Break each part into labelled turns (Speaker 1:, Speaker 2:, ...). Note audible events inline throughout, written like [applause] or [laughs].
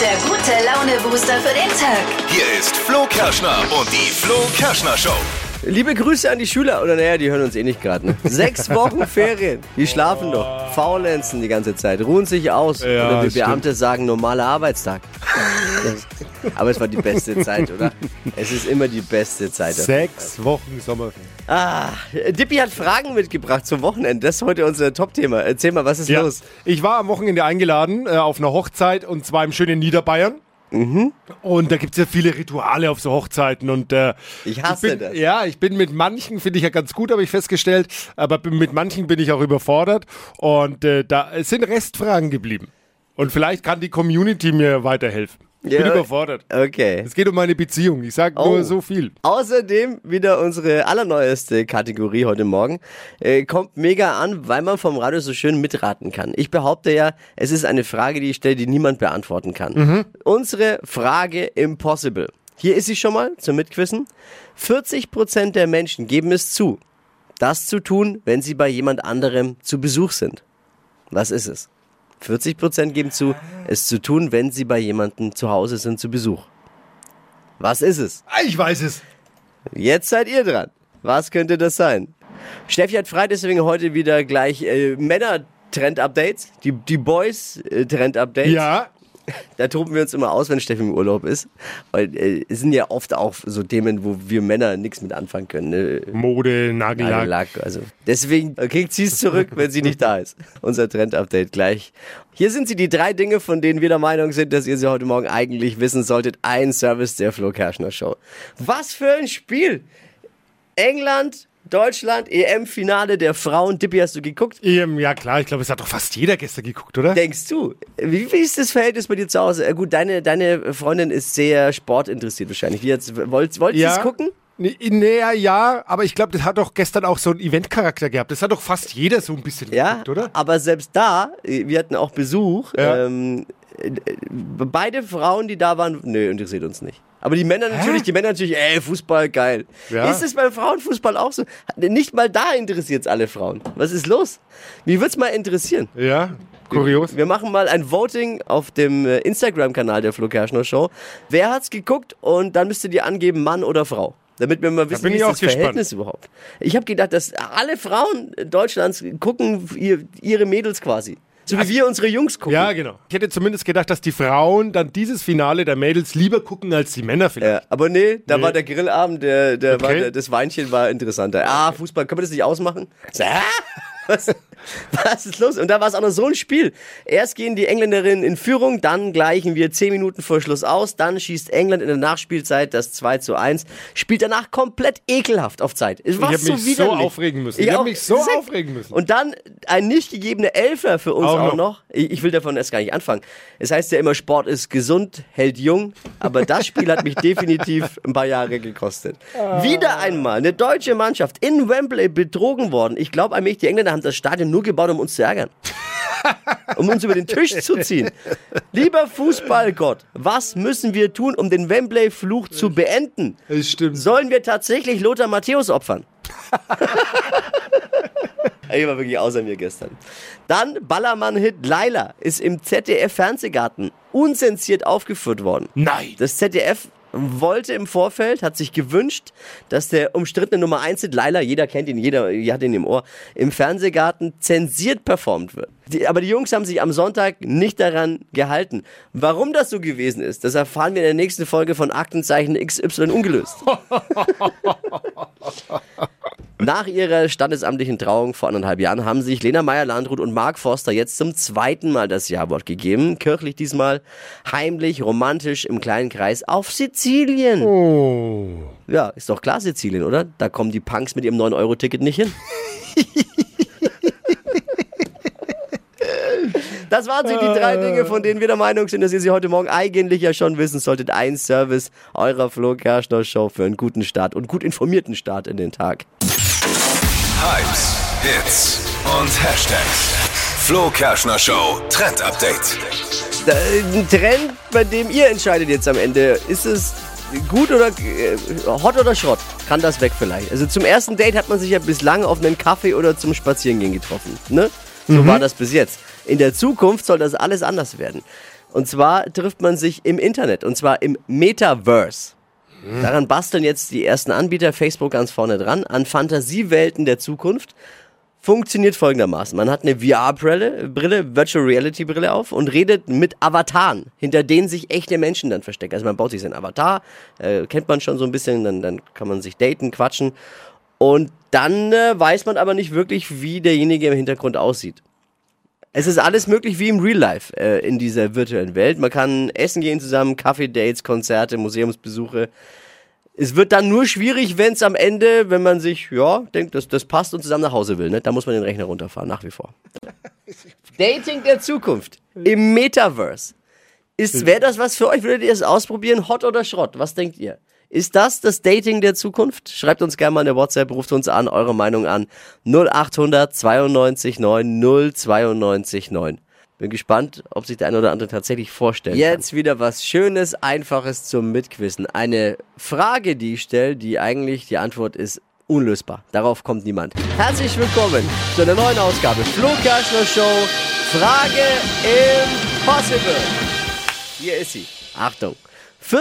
Speaker 1: der gute Laune-Booster für den Tag.
Speaker 2: Hier ist Flo Kerschner und die Flo Kerschner Show.
Speaker 3: Liebe Grüße an die Schüler. Oder naja, die hören uns eh nicht gerade. Ne?
Speaker 4: [laughs]
Speaker 3: Sechs Wochen Ferien. Die schlafen doch, faulenzen die ganze Zeit, ruhen sich aus.
Speaker 4: Oh. Ja,
Speaker 3: Oder wie
Speaker 4: das stimmt.
Speaker 3: Beamte sagen, normaler
Speaker 4: [laughs]
Speaker 3: Arbeitstag. Das- Aber es war die beste Zeit, oder? Es ist immer die beste Zeit.
Speaker 4: Sechs Wochen Sommerferien.
Speaker 3: Ah, Dippi hat Fragen mitgebracht zum Wochenende. Das ist heute unser Top-Thema. Erzähl mal, was ist
Speaker 4: Ja.
Speaker 3: los?
Speaker 4: Ich war am Wochenende eingeladen äh, auf einer Hochzeit und zwar im schönen Niederbayern.
Speaker 3: Mhm.
Speaker 4: Und da gibt es ja viele Rituale auf so Hochzeiten und äh,
Speaker 3: Ich hasse
Speaker 4: bin,
Speaker 3: das.
Speaker 4: Ja, ich bin mit manchen, finde ich ja ganz gut, habe ich festgestellt, aber bin- mit manchen bin ich auch überfordert und äh, da es sind Restfragen geblieben. Und vielleicht kann die Community mir weiterhelfen. Ich bin
Speaker 3: Ja.
Speaker 4: überfordert.
Speaker 3: Okay.
Speaker 4: Es geht um meine Beziehung, ich sage
Speaker 3: Oh.
Speaker 4: nur so viel.
Speaker 3: Außerdem wieder unsere allerneueste Kategorie heute Morgen. Äh, kommt mega an, weil man vom Radio so schön mitraten kann. Ich behaupte ja, es ist eine Frage, die ich stelle, die niemand beantworten kann. Unsere Frage Impossible. Hier ist sie schon mal zum Mitquissen. 40% der Menschen geben es zu, das zu tun, wenn sie bei jemand anderem zu Besuch sind. Was ist es? 40% geben zu, es zu tun, wenn sie bei jemandem zu Hause sind zu Besuch. Was ist es?
Speaker 4: Ah, Ich weiß es.
Speaker 3: Jetzt seid ihr dran. Was könnte das sein? Steffi hat frei, deswegen heute wieder gleich äh, Männer-Trend-Updates, die, die Boys-Trend-Updates.
Speaker 4: Ja,
Speaker 3: Da toben wir uns immer aus, wenn Steffi im Urlaub ist. Weil äh, es sind ja oft auch so Themen, wo wir Männer nichts mit anfangen können. Ne?
Speaker 4: Mode, Nagellack.
Speaker 3: Nagellack, also. Deswegen kriegt sie es zurück, wenn sie nicht da ist. Unser Trend-Update gleich. Hier sind sie die drei Dinge, von denen wir der Meinung sind, dass ihr sie heute Morgen eigentlich wissen solltet. Ein Service der Flo Kerschner Show. Was für ein Spiel! England, Deutschland, EM-Finale der Frauen. Dippi, hast du geguckt?
Speaker 4: Ähm, ja klar, ich glaube, es hat doch fast jeder gestern geguckt, oder?
Speaker 3: Denkst du, wie, wie ist das Verhältnis bei dir zu Hause? Äh, Gut, deine, deine Freundin ist sehr sportinteressiert wahrscheinlich. Die jetzt, wollt, wollt ihr es gucken?
Speaker 4: Nee, nee, ja, ja, aber ich glaube, das hat doch gestern auch so einen Eventcharakter gehabt. Das hat doch fast jeder so ein bisschen
Speaker 3: Ja,
Speaker 4: geguckt, oder?
Speaker 3: aber selbst da, äh, wir hatten auch Besuch.
Speaker 4: Ja.
Speaker 3: Ähm, äh, beide Frauen, die da waren, nö, interessiert uns nicht. Aber die Männer natürlich, die Männer natürlich, ey, Fußball, geil.
Speaker 4: Ja.
Speaker 3: Ist es beim Frauenfußball auch so? Nicht mal da interessiert es alle Frauen. Was ist los? Mich würde es mal interessieren.
Speaker 4: Ja, kurios.
Speaker 3: Wir machen mal ein Voting auf dem äh, Instagram-Kanal der Flo Kerschner Show. Wer hat's geguckt? Und dann müsst ihr die angeben, Mann oder Frau. Damit wir mal wissen,
Speaker 4: bin
Speaker 3: wie
Speaker 4: ich
Speaker 3: ist
Speaker 4: auch
Speaker 3: das
Speaker 4: gespannt.
Speaker 3: Verhältnis überhaupt. Ich habe gedacht, dass alle Frauen Deutschlands gucken ihr, ihre Mädels quasi. So wie wir unsere Jungs gucken.
Speaker 4: Also Ja, genau. Ich hätte zumindest gedacht, dass die Frauen dann dieses Finale der Mädels lieber gucken als die Männer vielleicht.
Speaker 3: Ja, aber nee, da war der Grillabend, der, der war,
Speaker 4: Okay.
Speaker 3: der, das Weinchen war interessanter. Ah, Fußball, können wir das nicht ausmachen? So, ah, [laughs] was, was ist los? Und da war es auch noch so ein Spiel. Erst gehen die Engländerinnen in Führung, dann gleichen wir 10 Minuten vor Schluss aus, dann schießt England in der Nachspielzeit das 2 zu 1, spielt danach komplett ekelhaft auf Zeit. Es war
Speaker 4: hab
Speaker 3: so
Speaker 4: mich so
Speaker 3: widerlich.
Speaker 4: aufregen müssen. Ich hab
Speaker 3: auch.
Speaker 4: mich so
Speaker 3: Exakt.
Speaker 4: aufregen müssen.
Speaker 3: Und dann ein nicht gegebener Elfer für uns
Speaker 4: Auch
Speaker 3: auch noch.
Speaker 4: noch.
Speaker 3: Ich, ich will davon erst gar nicht anfangen. Es heißt ja immer, Sport ist gesund, hält jung, aber das Spiel
Speaker 4: [laughs]
Speaker 3: hat mich definitiv ein paar Jahre gekostet.
Speaker 4: Ah.
Speaker 3: Wieder einmal eine deutsche Mannschaft in Wembley betrogen worden. Ich glaube allmählich, die Engländer haben das Stadion nur gebaut, um uns zu
Speaker 4: [laughs]
Speaker 3: ärgern. Um uns über den Tisch zu ziehen. Lieber Fußballgott, was müssen wir tun, um den Wembley-Fluch zu beenden?
Speaker 4: Das stimmt.
Speaker 3: Sollen wir tatsächlich Lothar Matthäus opfern? Ich war wirklich außer mir gestern. Dann Ballermann-Hit Laila ist im ZDF-Fernsehgarten unzensiert aufgeführt worden.
Speaker 4: Nein.
Speaker 3: Das ZDF wollte im Vorfeld, hat sich gewünscht, dass der umstrittene Nummer 1 Hit Laila, jeder kennt ihn, jeder hat ihn im Ohr, im Fernsehgarten zensiert performt wird. Die, aber die Jungs haben sich am Sonntag nicht daran gehalten. Warum das so gewesen ist, das erfahren wir in der nächsten Folge von Aktenzeichen XY ungelöst. Nach ihrer standesamtlichen Trauung vor anderthalb Jahren haben sich Lena Meyer-Landrut und Mark Forster jetzt zum zweiten Mal das Ja-Wort gegeben. Kirchlich diesmal, heimlich, romantisch, im kleinen Kreis auf Sizilien. Ja, ist doch klar Sizilien, oder? Da kommen die Punks mit ihrem 9-Euro-Ticket nicht hin. Das waren sie, die drei Dinge, von denen wir der Meinung sind, dass ihr sie heute Morgen eigentlich ja schon wissen solltet. Ein Service eurer Flo Kerschner Show für einen guten Start und gut informierten Start in den Tag.
Speaker 2: Hypes, Hits und Hashtags. Flo Kerschner Show Trend Update.
Speaker 3: Da- Ein Trend, bei dem ihr entscheidet jetzt am Ende, ist es gut oder äh, hot oder Schrott? Kann das weg vielleicht? Also zum ersten Date hat man sich ja bislang auf einen Kaffee oder zum Spazierengehen getroffen. Ne? So war das bis jetzt. In der Zukunft soll das alles anders werden. Und zwar trifft man sich im Internet, und zwar im Metaverse. Daran basteln jetzt die ersten Anbieter Facebook ganz vorne dran, an Fantasiewelten der Zukunft. Funktioniert folgendermaßen. Man hat eine VR-Brille, Brille, Virtual Reality-Brille auf und redet mit Avataren, hinter denen sich echte Menschen dann verstecken. Also man baut sich seinen Avatar, äh, kennt man schon so ein bisschen, dann, dann kann man sich daten, quatschen. Und dann äh, weiß man aber nicht wirklich, wie derjenige im Hintergrund aussieht. Es ist alles möglich wie im Real Life äh, in dieser virtuellen Welt. Man kann essen gehen zusammen, Kaffee-Dates, Konzerte, Museumsbesuche. Es wird dann nur schwierig, wenn es am Ende, wenn man sich, ja, denkt, das, das passt und zusammen nach Hause will. Ne? Da muss man den Rechner runterfahren, nach wie vor. Dating der Zukunft im Metaverse. Wäre das was für euch? Würdet ihr es ausprobieren? Hot oder Schrott? Was denkt ihr? Ist das das Dating der Zukunft? Schreibt uns gerne mal eine WhatsApp, ruft uns an, eure Meinung an. 0800 92 9 092 9. Bin gespannt, ob sich der eine oder andere tatsächlich vorstellt. Jetzt wieder was Schönes, Einfaches zum Mitquissen. Eine Frage, die ich stelle, die eigentlich die Antwort ist unlösbar. Darauf kommt niemand. Herzlich willkommen zu einer neuen Ausgabe Flo Kerschner Show. Frage Impossible. Hier ist sie. Achtung.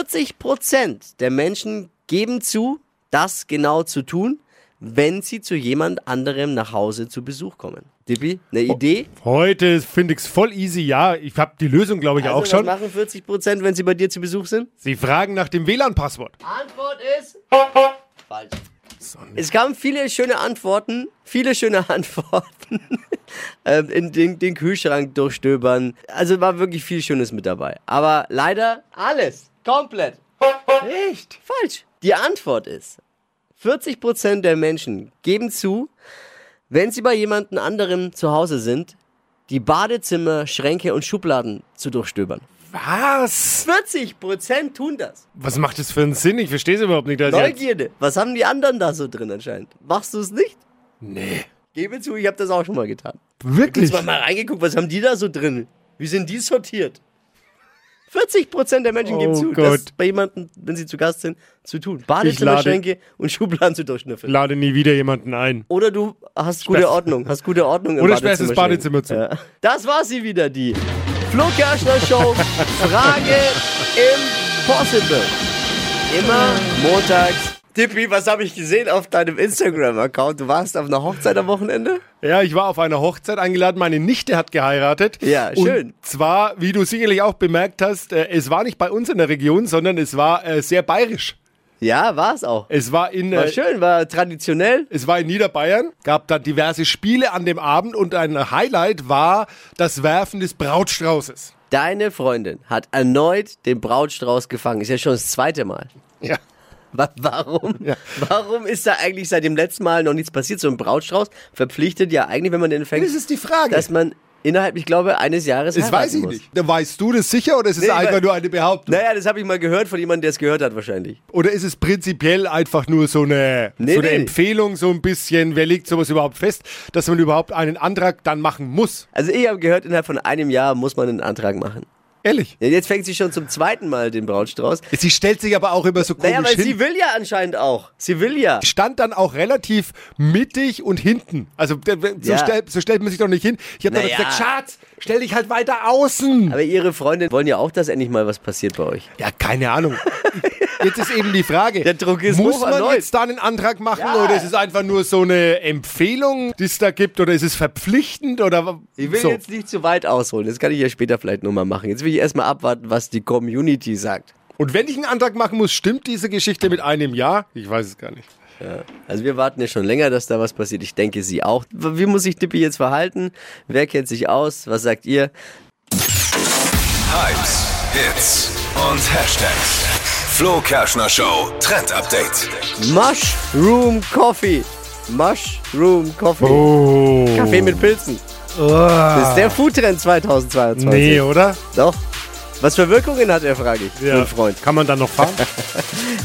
Speaker 3: 40% der Menschen geben zu, das genau zu tun, wenn sie zu jemand anderem nach Hause zu Besuch kommen. Dippi, eine
Speaker 4: Oh.
Speaker 3: Idee?
Speaker 4: Heute finde ich es voll easy. Ja, ich habe die Lösung, glaube ich,
Speaker 3: also,
Speaker 4: auch schon.
Speaker 3: Was machen 40%, wenn sie bei dir zu Besuch sind?
Speaker 4: Sie fragen nach dem WLAN-Passwort.
Speaker 3: Antwort ist falsch. Es kamen viele schöne Antworten, viele schöne [laughs] Antworten. ähm, in den, den Kühlschrank durchstöbern. Also war wirklich viel Schönes mit dabei. Aber leider alles, komplett. Echt? Falsch. Die Antwort ist, 40% der Menschen geben zu, wenn sie bei jemandem anderem zu Hause sind, die Badezimmer, Schränke und Schubladen zu durchstöbern.
Speaker 4: Was?
Speaker 3: 40% tun das.
Speaker 4: Was macht das für einen Sinn? Ich verstehe es überhaupt nicht. Also dass ich jetzt-
Speaker 3: Neugierde. Was haben die anderen da so drin anscheinend? Machst du es nicht?
Speaker 4: Nee.
Speaker 3: Gebe zu, ich habe das auch schon mal getan.
Speaker 4: Wirklich?
Speaker 3: Jetzt mal, mal reingeguckt, was haben die da so drin? Wie sind die sortiert? 40% der Menschen geben
Speaker 4: Oh
Speaker 3: zu,
Speaker 4: Gott.
Speaker 3: das bei jemandem, wenn sie zu Gast sind, zu tun.
Speaker 4: lade-
Speaker 3: Badezimmerschränke und Schubladen zu durchschnüffeln.
Speaker 4: Lade nie wieder jemanden ein.
Speaker 3: Oder du hast gute Ordnung, hast gute Ordnung im
Speaker 4: Oder sperrst das
Speaker 3: Badezimmerschrank.
Speaker 4: Badezimmer zu.
Speaker 3: Ja. Das war sie wieder, die Flo Kerschner
Speaker 4: [laughs]
Speaker 3: Show. Frage Impossible. Immer montags. Tippi, was habe ich gesehen auf deinem Instagram-Account? Du warst auf einer Hochzeit am Wochenende?
Speaker 4: Ja, ich war auf einer Hochzeit eingeladen. Meine Nichte hat geheiratet.
Speaker 3: Ja, schön.
Speaker 4: Und zwar, wie du sicherlich auch bemerkt hast, äh, es war nicht bei uns in der Region, sondern es war äh, sehr bayerisch.
Speaker 3: Ja, war es auch.
Speaker 4: Es war in
Speaker 3: War
Speaker 4: äh,
Speaker 3: schön, war traditionell.
Speaker 4: Es war in Niederbayern, gab da diverse Spiele an dem Abend und ein Highlight war das Werfen des Brautstraußes.
Speaker 3: Deine Freundin hat erneut den Brautstrauß gefangen. Ist ja schon das zweite Mal.
Speaker 4: Ja.
Speaker 3: Wa- Warum?
Speaker 4: Ja.
Speaker 3: Warum ist da eigentlich seit dem letzten Mal noch nichts passiert? So ein Brautstrauß verpflichtet ja eigentlich, wenn man den fängt,
Speaker 4: Das ist die Frage.
Speaker 3: dass man innerhalb, ich glaube, eines Jahres
Speaker 4: das weiß
Speaker 3: heiraten
Speaker 4: ich
Speaker 3: muss.
Speaker 4: nicht. Da weißt du das sicher oder ist es
Speaker 3: Nee,
Speaker 4: einfach
Speaker 3: weil-
Speaker 4: nur eine Behauptung?
Speaker 3: Naja, das habe ich mal gehört von jemandem, der es gehört hat wahrscheinlich.
Speaker 4: Oder ist es prinzipiell einfach nur so eine,
Speaker 3: Nee,
Speaker 4: so eine
Speaker 3: nee.
Speaker 4: Empfehlung, so ein bisschen, wer legt sowas überhaupt fest, dass man überhaupt einen Antrag dann machen muss?
Speaker 3: Also ich habe gehört, innerhalb von einem Jahr muss man einen Antrag machen.
Speaker 4: Ehrlich.
Speaker 3: Ja, jetzt fängt sie schon zum zweiten Mal den Brautstrauß.
Speaker 4: Sie stellt sich aber auch immer so komisch
Speaker 3: Naja, weil
Speaker 4: hin.
Speaker 3: sie will ja anscheinend auch. Sie will ja.
Speaker 4: stand dann auch relativ mittig und hinten. Also d- w- so,
Speaker 3: Ja.
Speaker 4: stell, so stellt man sich doch nicht hin. Ich habe dann
Speaker 3: Naja.
Speaker 4: gesagt, Schatz, stell dich halt weiter außen.
Speaker 3: Aber ihre Freundin wollen ja auch, dass endlich mal was passiert bei euch.
Speaker 4: ja,
Speaker 3: [laughs]
Speaker 4: keine Ahnung. jetzt ist eben die Frage,
Speaker 3: Der Druck ist
Speaker 4: muss
Speaker 3: hoch
Speaker 4: man
Speaker 3: erneut.
Speaker 4: jetzt da einen Antrag machen
Speaker 3: Ja.
Speaker 4: oder ist es einfach nur so eine Empfehlung, die es da gibt oder ist es verpflichtend oder w-
Speaker 3: Ich will
Speaker 4: so.
Speaker 3: jetzt nicht zu weit ausholen. Das kann ich ja später vielleicht nochmal machen. Jetzt will ich erstmal abwarten, was die Community sagt.
Speaker 4: Und wenn ich einen Antrag machen muss, stimmt diese Geschichte mit einem Jahr? Ich weiß es gar nicht.
Speaker 3: Also wir warten ja schon länger, dass da was passiert. Ich denke, sie auch. Wie muss sich Dippi jetzt verhalten? Wer kennt sich aus? Was sagt ihr?
Speaker 2: Hypes, Hits und Hashtags. Flo Kerschner Show Trend Update.
Speaker 3: Mushroom Coffee. Mushroom Coffee.
Speaker 4: Oh.
Speaker 3: Kaffee mit Pilzen.
Speaker 4: Ah.
Speaker 3: Das ist der Foodtrend 2022.
Speaker 4: Nee, oh. oder?
Speaker 3: Doch. Was für Wirkungen hat er, frage ich. Mein Freund.
Speaker 4: Kann man dann noch [laughs] fahren?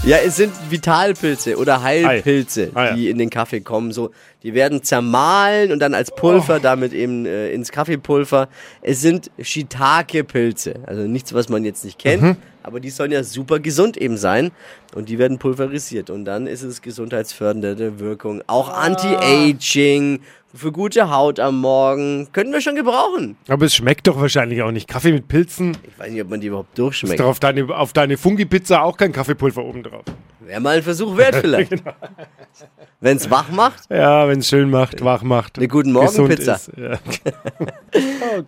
Speaker 3: Ja, es sind Vitalpilze oder Heilpilze,
Speaker 4: Ah, ja.
Speaker 3: die in den Kaffee kommen. So Die werden zermahlen und dann als Pulver,
Speaker 4: Oh.
Speaker 3: damit eben äh, ins Kaffeepulver. Es sind Shiitake-Pilze. Also nichts, was man jetzt nicht kennt.
Speaker 4: Mhm.
Speaker 3: Aber die sollen ja super gesund eben sein. Und die werden pulverisiert. Und dann ist es gesundheitsfördernde Wirkung. Auch
Speaker 4: Ah.
Speaker 3: Anti-Aging, für gute Haut am Morgen. Können wir schon gebrauchen.
Speaker 4: Aber es schmeckt doch wahrscheinlich auch nicht. Kaffee mit Pilzen.
Speaker 3: Ich weiß nicht, ob man die überhaupt durchschmeckt.
Speaker 4: Ist doch auf deine, auf deine Fungi-Pizza auch kein Kaffeepulver oben drauf.
Speaker 3: Wäre mal ein Versuch
Speaker 4: [laughs]
Speaker 3: wert vielleicht.
Speaker 4: Genau.
Speaker 3: Wenn es wach macht.
Speaker 4: Ja, wenn es schön macht, wach macht.
Speaker 3: Eine guten Morgen
Speaker 4: gesund
Speaker 3: Pizza.
Speaker 4: Ist. Ja.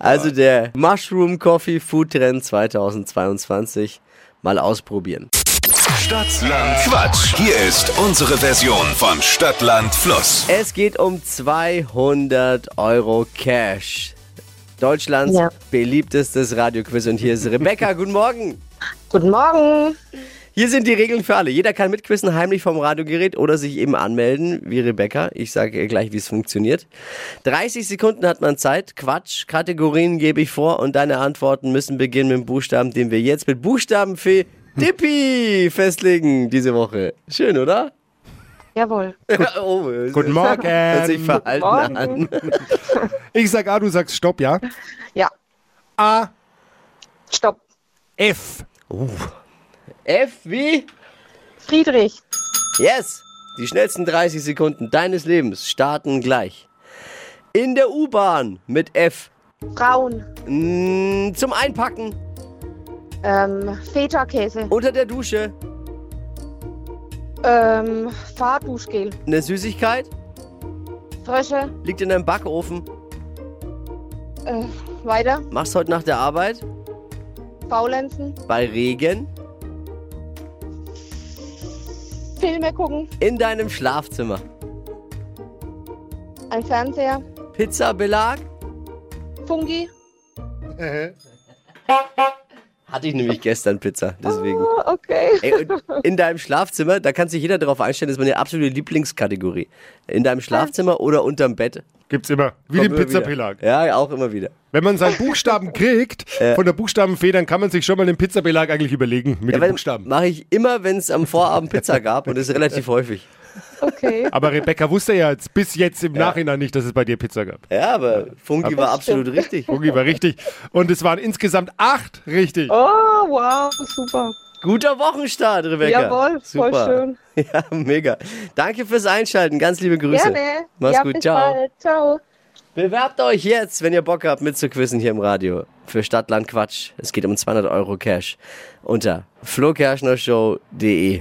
Speaker 3: Also der Mushroom Coffee Food Trend 2022 mal ausprobieren.
Speaker 2: Stadtland Quatsch. Hier ist unsere Version von Stadtland Fluss.
Speaker 3: Es geht um 200 Euro Cash. Deutschlands
Speaker 5: Ja.
Speaker 3: beliebtestes Radioquiz und hier ist Rebecca. Guten Morgen.
Speaker 5: Guten Morgen.
Speaker 3: Hier sind die Regeln für alle. Jeder kann mitquissen, heimlich vom Radiogerät oder sich eben anmelden, wie Rebecca. Ich sage ihr gleich, wie es funktioniert. 30 Sekunden hat man Zeit. Quatsch, Kategorien gebe ich vor und deine Antworten müssen beginnen mit dem Buchstaben, den wir jetzt mit Buchstabenfee Dippi festlegen diese Woche. Schön, oder?
Speaker 5: Jawohl.
Speaker 3: [laughs] oh, es
Speaker 4: [laughs] Guten
Speaker 3: Hört sich
Speaker 4: Morgen.
Speaker 3: verhalten an.
Speaker 5: Morgen.
Speaker 4: Ich sag A, du sagst Stopp, ja?
Speaker 5: Ja,
Speaker 4: A,
Speaker 5: stopp.
Speaker 4: F.
Speaker 3: F wie?
Speaker 5: Friedrich,
Speaker 3: Yes! Die schnellsten 30 Sekunden deines Lebens starten gleich. In der U-Bahn mit F.
Speaker 5: Braun,
Speaker 3: Mm, Zum Einpacken.
Speaker 5: ähm, Feta-Käse,
Speaker 3: Unter der Dusche
Speaker 5: ähm, Fahrduschgel,
Speaker 3: eine Süßigkeit
Speaker 5: Frösche,
Speaker 3: liegt in einem Backofen.
Speaker 5: äh, weiter,
Speaker 3: Mach's heute nach der Arbeit
Speaker 5: Faulenzen,
Speaker 3: bei Regen
Speaker 5: Filme gucken,
Speaker 3: in deinem Schlafzimmer.
Speaker 5: ein Fernseher,
Speaker 3: Pizzabelag
Speaker 5: Fungi,
Speaker 3: hatte ich nämlich gestern Pizza, deswegen.
Speaker 5: oh, okay.
Speaker 3: Ey, und in deinem Schlafzimmer, da kann sich jeder darauf einstellen, das ist meine absolute Lieblingskategorie. In deinem Schlafzimmer oder unterm Bett.
Speaker 4: Gibt's immer. Wie
Speaker 3: Kommt
Speaker 4: den
Speaker 3: immer wieder.
Speaker 4: Pizzabelag.
Speaker 3: Ja, auch immer wieder.
Speaker 4: Wenn man seinen [laughs] Buchstaben kriegt, von der Buchstabenfee, dann kann man sich schon mal den Pizzabelag eigentlich überlegen mit
Speaker 3: Ja,
Speaker 4: den
Speaker 3: weil
Speaker 4: Buchstaben.
Speaker 3: mache ich immer, wenn es am Vorabend Pizza gab und das ist relativ häufig.
Speaker 5: Okay.
Speaker 4: Aber Rebecca wusste ja jetzt bis jetzt im Nachhinein nicht, dass es bei dir Pizza gab.
Speaker 3: Ja, aber Funky war absolut richtig.
Speaker 4: Fungi war richtig. Und es waren insgesamt acht richtig.
Speaker 5: Oh, wow, super.
Speaker 3: Guter Wochenstart, Rebecca.
Speaker 5: Jawohl, voll schön.
Speaker 3: [laughs] Ja, mega. Danke fürs Einschalten. Ganz liebe Grüße.
Speaker 5: Gerne.
Speaker 3: Mach's
Speaker 5: ja,
Speaker 3: gut.
Speaker 5: bis
Speaker 3: Ciao.
Speaker 5: Bald. Ciao.
Speaker 3: Bewerbt euch jetzt, wenn ihr Bock habt, mitzuquissen hier im Radio. Für Stadtland Quatsch. Es geht um 200 Euro Cash. Unter flokerschnershow.de.